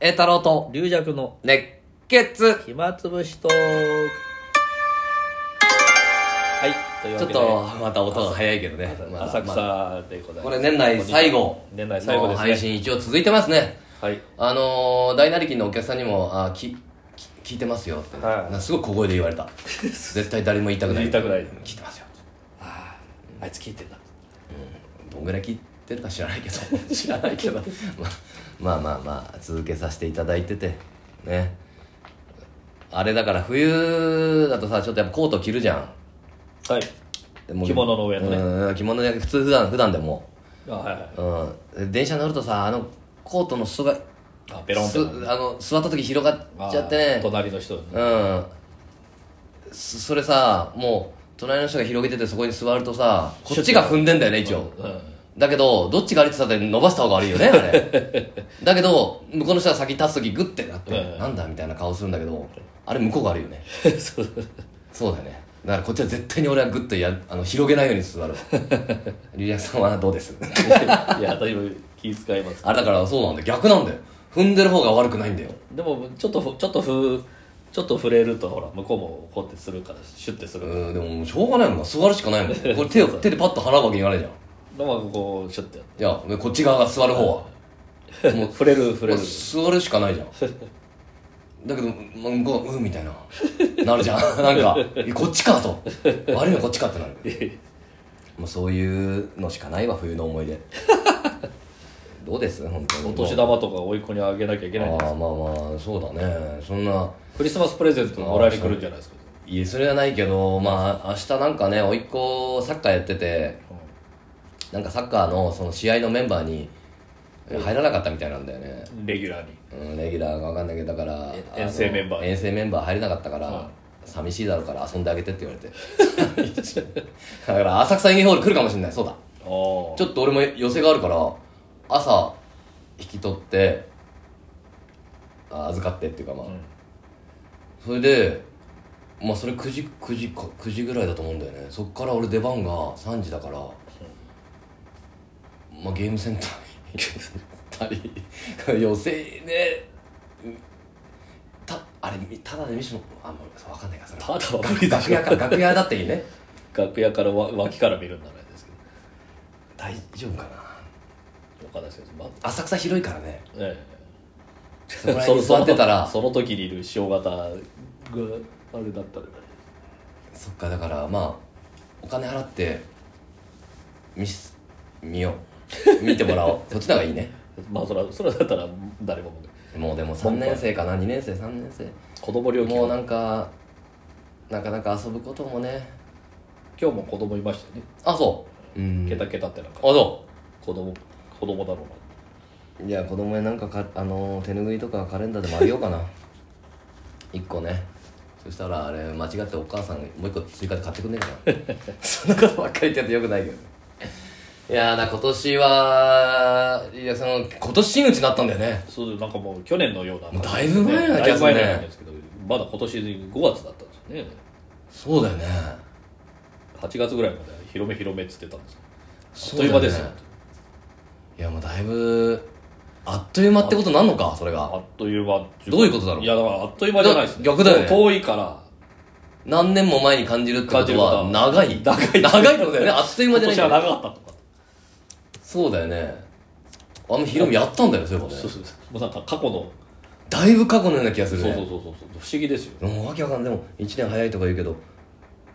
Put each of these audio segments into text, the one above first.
栄太郎と龍弱の熱血暇つぶしトークはいというわちょけっでとまた音が早いけどねまだ浅まだ草でございますこれ年内最後年内最後のですね配信一応続いてますねはいあのー大なりきんのお客さんにも「あーきき聞いてますよ」ってはいなすごい小声で言われ た絶対誰も言いたくない言いたくない聞いてますよあああいつ聞いてんだどんぐらい聞いてるか知らないけ ど知らないけど まあまあまあまあ続けさせていただいててねあれだから冬だとさちょっとやっぱコート着るじゃんはいでもう着物の上のねうん着物じゃなくて普通普段普段でもあはいはいうん電車乗るとさあのコートの裾があペロンってすあの座った時広がっちゃってあーね隣の人にうんそそれさもう隣の人が広げててそこに座るとさこっちが踏んでんだよね一応、うんだけどどっちが歩いてたって伸ばした方が悪いよねあ れだけど向こうの人が先に立つ時グッてなって、うんなんだみたいな顔するんだけどあれ向こうが悪いよねそうそうだよねだからこっちは絶対に俺はグッとやあの広げないように座るわ リリアクさんはどうです いや私も気遣いますあれだからそうなんだよ逆なんだよ踏んでる方が悪くないんだよでもちょっとふちょっとふちょっと触れるとほら向こうも怒ってするからシュッてするうんでももうしょうがないもんな座るしか ないもんこれ手を手でパッと払うわけにいかないじゃんでもこうシュッてやっていやでこっち側が座る方はもう触れる触れるもう座るしかないじゃんだけどま向こうが「うん」みたいななるじゃん なんかえ「こっちか」と「悪いのこっちか」ってなるもうそういうのしかないわ冬の思い出どうです本当にお年玉とか甥いっ子にあげなきゃいけないんあですあまあまあそうだねそんなクリスマスプレゼントもらいに来るんじゃないですかいやそれはないけどまあ明日なんかね甥っ子サッカーやっててなんかサッカーのその試合のメンバーに入らなかったみたいなんだよね、うんレギュラーにうん、レギュラーが分かんないけどだからえ遠征メンバーあの遠征メンバー入れなかったから、はい寂しいだろうから遊んであげてって言われて だから浅草演芸ホール来るかもしれないそうだあちょっと俺も寄せがあるから朝引き取ってあ預かってっていうかまあ、んそれでまあそれ9時9時か9時ぐらいだと思うんだよねそっから俺出番が3時だから、まあ ゲームセンターに 行ったり寄せねたあれみただで見せてもあもう分かんないからそれあただは無理だ楽屋か 楽屋だっていいね楽屋からわ脇から見るんならあれですけ大丈夫かなどわかんないですけど、まあ浅草広いからねえそえこら辺に座ってたらその時にいる塩型があれだったらねそっかだからまあお金払って見す見よう見てもらおうそっちの方がいいねまあそれはそれだったら誰ももうでも3年生かな2年生3年生子供料金もうな今んかなかなか遊ぶこともね日も子供いましたよね、あそううんケあタケタってなんかそ子供子供だろうなういや子供へなんかかあのー手拭いとかカレンダーでもあげようかな1個ねそしたらあれ間違ってお母さんがもう1個追加で買ってくんねえかな そんなことばっかり言ってるとよくないけどねいやーだ今年はいやその今年真打ちになったんだよねそうなんかもう去年のようなもうだいぶ前な気がするねだいぶ前なんですけどまだ今年5月だったんですよねそうだよね8月ぐらいまで広め広めっつってたんですよあっそうとだいようね間ですよいやもうだいぶあっという間ってことなんのかそれあがっという間どういうことだろういやだからあっという間じゃないですねだ逆だよね遠いから何年も前に感じるってこ感じとることはは長い長いってことだよねあっという間今じゃない年んだはよ長かったとかそうだよねあのヒロミやったんだよそういえばねそうそうそうもうなんか過去のだいぶ過去のような気がすそうるそうねそうそうそう不思議ですよだかもうわけわかんないでも1年早いとか言うけど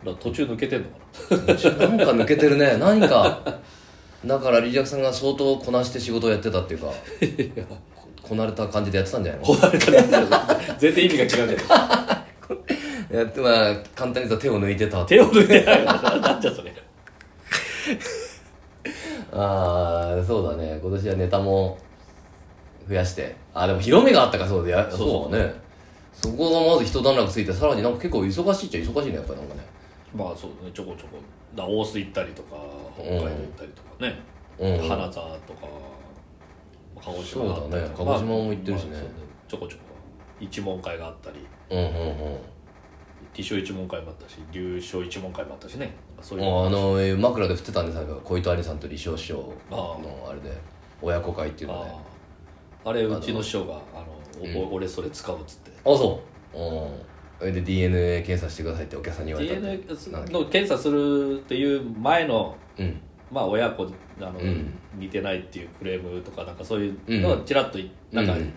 ら途中抜けてんのかなんか抜けてるね 何かだからリジャクさんが相当こなして仕事をやってた っていうかここなれた感じでやってたんじゃないのな全然意味が違うじゃないですかやってまあ簡単に言うと手を抜いてた手を抜いてないわなんじゃそれああそうだね今年はネタも増やしてあでも広めがあったかそうでやそうそうだねそこがまず一段落ついてさらになんか結構忙しいっちゃ忙しいねやっぱりなんかねまあそうねちょこちょこだ大須行ったりとか北海道行ったりとかね、うん花座とか鹿児島があったりとかそうだね鹿児島も行ってるしねそうちょこちょこ一問会があったりうんうん理賞一問会もあったし流賞一問会もあったしねなんかそういううんああのえー枕で振ってたんでさ小糸兄さんと李承師匠のあれで親子会っていうのであああれうちの師匠があのおお俺それ使うっつってあそううんそれで DNA 検査してくださいってお客さんに言われたな DNA んだっけの検査するっていう前のうんまあ親子あの、うん似てないっていうクレームとかなんかそういうのをちらっとい、うんなんか、うん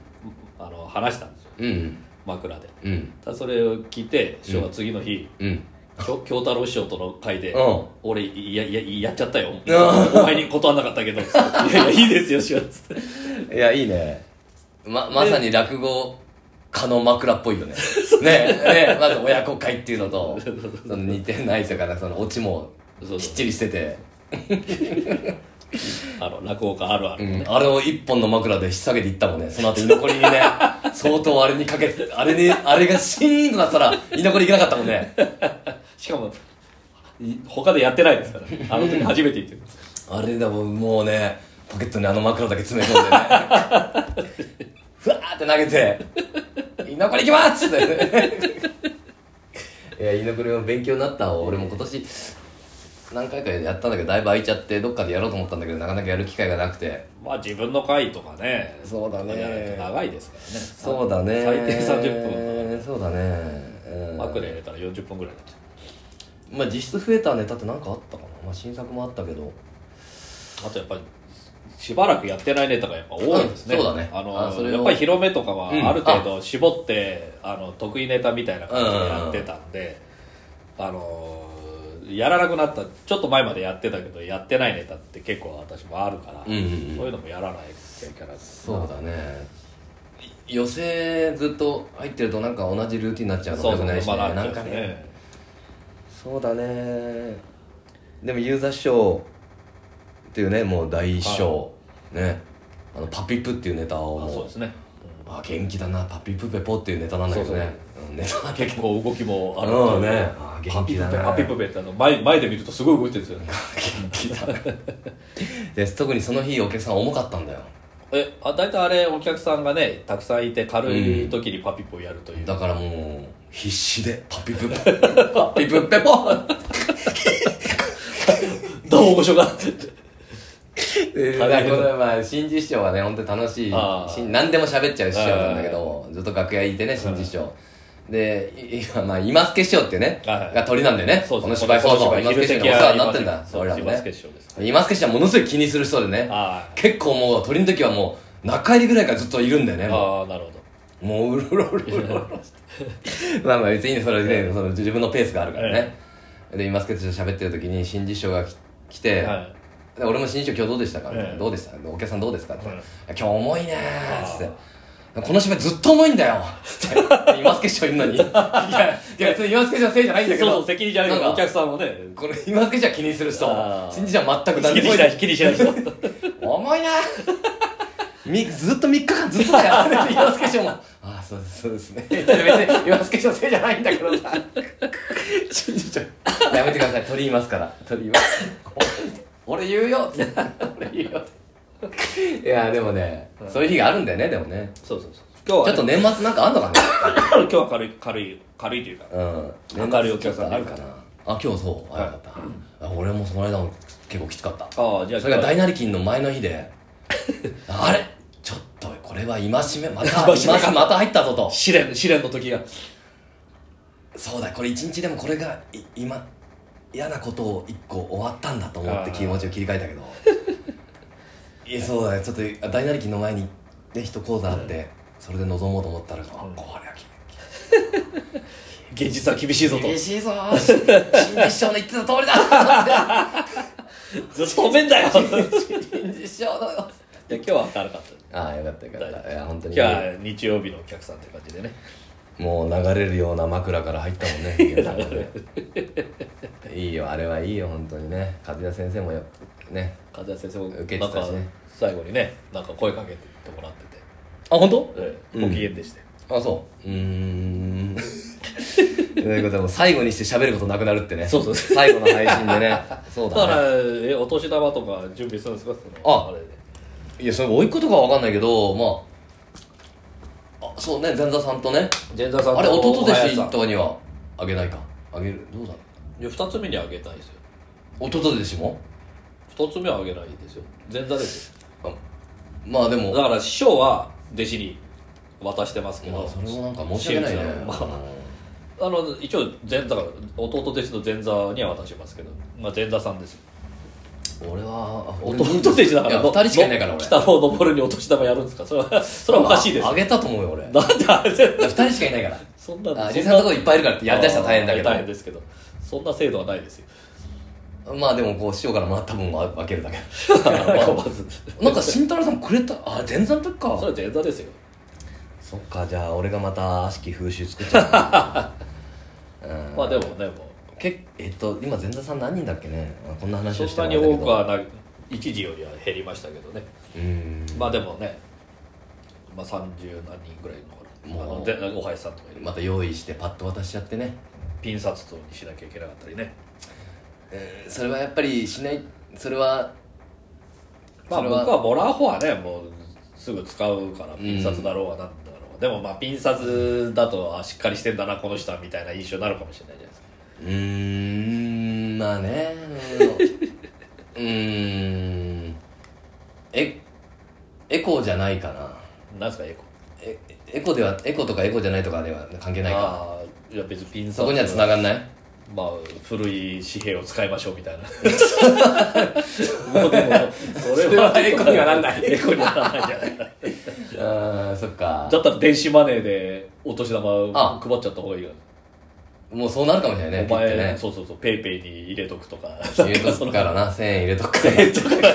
あの話したんですようん枕でうんただそれを聞いて師匠が次の日、うん京京太郎師匠との会で、うん俺いやいやいややっちゃったよ あお前に断んなかったけどいやいやいいですよ師匠つっていやいいねままさに落語家の枕っぽいよねねねまず親子会っていうのとその似てないとかなんかそのオチもそうきっそうちりしてて、あの落語家あるある、うんあれを一本の枕で引っ提げていったもんねその後居残りにね相当あれにかけてあれにあれがシーンとなったら居残りいけなかったもんねしかもい他でやってないですからね あの時初めて言ってるんですあれだもんもうねポケットにあの枕だけ詰め込んで ねふわーって投げて「居残り行きます!」っていや居残りも勉強になったわ俺も今年何回かやったんだけどだいぶ空いちゃってどっかでやろうと思ったんだけどなかなかやる機会がなくてまあ自分の会とかねそうだねやると長いですからねそうだね最低30分分そうだねうんマクレ入れたら40分ぐらいになっちゃまあ実質増えたネタって何かあったかな、まあ、新作もあったけどうあとやっぱりしばらくやってないネタがやっぱ多いですね、うんそうだねあのあそれをやっぱり広めとかはうんある程度絞って、あの得意ネタみたいな感じでやってたんで、あのやらなくなったちょっと前までやってたけどやってないネタって結構私もあるから、うんうんうんそういうのもやらないといけないそうだね寄せずっと入ってるとなんか同じルーティンになっちゃうのそう良くないし、ね、まあななんんかかねねそうだねでもユーザー師匠っていうねもう大師匠、ねあのパピプっていうネタをあもそううですねあ元気だなパピプペポっていうネタなんだけどねうんネタは結結構動きもある構あるねあパ元ピ気プだペなパピプペってあの前前で見るとすごい動いてるんですよね元気だなで特にその日お客さん重かったんだよえあ大体あれお客さんがねたくさんいて軽い時にパピプをやるという、だからもう必死でパピプペ パピプペポどうご所がえーはいだからこのまあ新次師匠はね本当に楽しいあーし何でも喋っちゃう師匠なんだけどずっと楽屋いてね新次師匠でい今まあ今助師匠っていうねはいが鳥なんでねこの芝居 そうそう今助師匠にお世話になってんだそう俺らも昼席ね決勝です今助師匠はものすごい気にする人でねあ結構もう鳥の時はもう中入りぐらいからずっといるんだよあねもうああなるほどもううろうろうろうろうろしてまあまあ別にそれはねその自分のペースがあるからねで今助師匠と喋ってる時に新次師匠がき来て、はいで俺も新宿今日どうでしたか、みたいなええどうでしたお客さんどうですかって、うんいや今日重いねーっつっあてこの芝居ずっと重いんだよつって 今助師匠いるのにいやいや別に今助師匠のせいじゃないんだけそうそどう責任じゃないけどなんおか客さんもねこれ今助師匠は気にするあ人ー新宿は全く気にでも しない気 にしない人重いなーみずっと3日間ずっとやってて今助師匠も「ああそうですそうですね」いや別に今助師匠のせいじゃないんだけどさ新宿長 やめてください鳥いますから鳥います俺言うよつって俺言うよいやでもね、そういう日があるんだよねでもねそうそうそうち今日ょはっね、と年末なんかあんのか今日は軽い軽い軽いというかなうん 明るいお客さんあるかなあ今日そうあよかった、あ俺もその間も結構きつかったああじゃあそれが今日は大なり金の前の日 であれちょっとこれは戒めまた戒めまたまた入ったぞと試練試練の時がそうだこれ一日でもこれがい今嫌なことを一個終わったんだと思って気持ちを切り替えたけど いやそうだねちょっと大なりきの前にね一講座あってそれで臨もうと思ったら、あこれは現実は厳しいぞと厳しいぞー新日師匠の言ってた通りだずっと止めんだよ い新日師匠のよや今日は明るかっ たああよかったよかったいや本当に今日は日曜日のお客さんという感じでねもう流れるような枕から入ったもんね池田君ねいいよあれはいいよ本当にね和也先生もよね風谷先生も受けてたしねなんか最後にねなんか声かけてもらってて、あ本当ええうんご機嫌でして、あそううーん ということでもう最後にして喋ることなくなるってねそうそう最後の配信で ねそうだかだねらえお年玉とか準備するんですかそのあれでいやそれ甥っ子とかは分かんないけどまああそうね前座さんとねジェンダーさんあれ弟弟林さ子んとかにはあげないかあげるどうだいや二つ目にあげたいですよ弟弟子も二つ目はあげないですよ前座ですよあまあでもだから師匠は弟子に渡してますけど、まあそれもなんか申し訳ないね真 打ちのまあ、あの一応前座が弟弟子の前座には渡しますけど、まあ、前座さんですようん俺は 弟弟子だからいや二人しかいないから俺北の登るにお年玉やるんですかそれはそれはおかしいですあげたと思うよ俺なんであれ2人しかいないからそんなあ そじさんのとこいっぱいいるからってやりだしたら大変だけどあー大変ですけどそんな制度はないですよまあでもこう師匠からもらった分は分けるだ けまずなんか慎太郎さんくれたあ前座の時かそれは前座ですよそっかじゃあ俺がまた悪しき風習作っちゃった、うん まあでもねもけえっと今前座さん何人だっけねあこんなう話そをしんてなもらにったけ多どくはな一時よりは減りましたけどねうんまあでもね、まあ、30何人ぐらいいるのかなもうあのでお囃子さんとかいるまた用意してパッと渡しちゃってね、ピン札とにしなきゃいけなかったりねえーそれはやっぱりしないそれはまあそれ僕ははもらう方はねもうすぐ使うからピン札だろうがなんだろうが、でもまあピン札だとあしっかりしてんだなこの人はみたいな印象になるかもしれないじゃないですかうーんまあねうんうーんえエコじゃないかななんですかエコえエコではエコとかエコじゃないとかでは関係ないかああいや別にピン札そこには繋がんないまあ、古い紙幣を使いましょう みたいなもうでもそれはエコにはなんないエコにはなんないじゃないだあーそっかったら電子マネーでお年玉をあ配っちゃった方がいいよもうそうなるかもしれないねお前、ピッてねそうそうそうペイペイに入れとくとか 入れとくからな1000円入 れとくから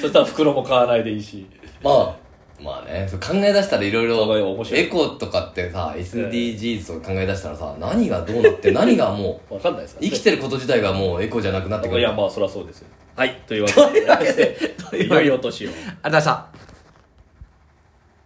そしたら袋も買わないでいいしまあまあねそう考え出したらいろい考えろ面白いエコとかってさ SDGs を考え出したらさ何がどうな って何がもうわかんないですから生きてること自体がもうエコじゃなくなってくる いやまあそりゃそうですよはいというわけで良いお年をりがとうございました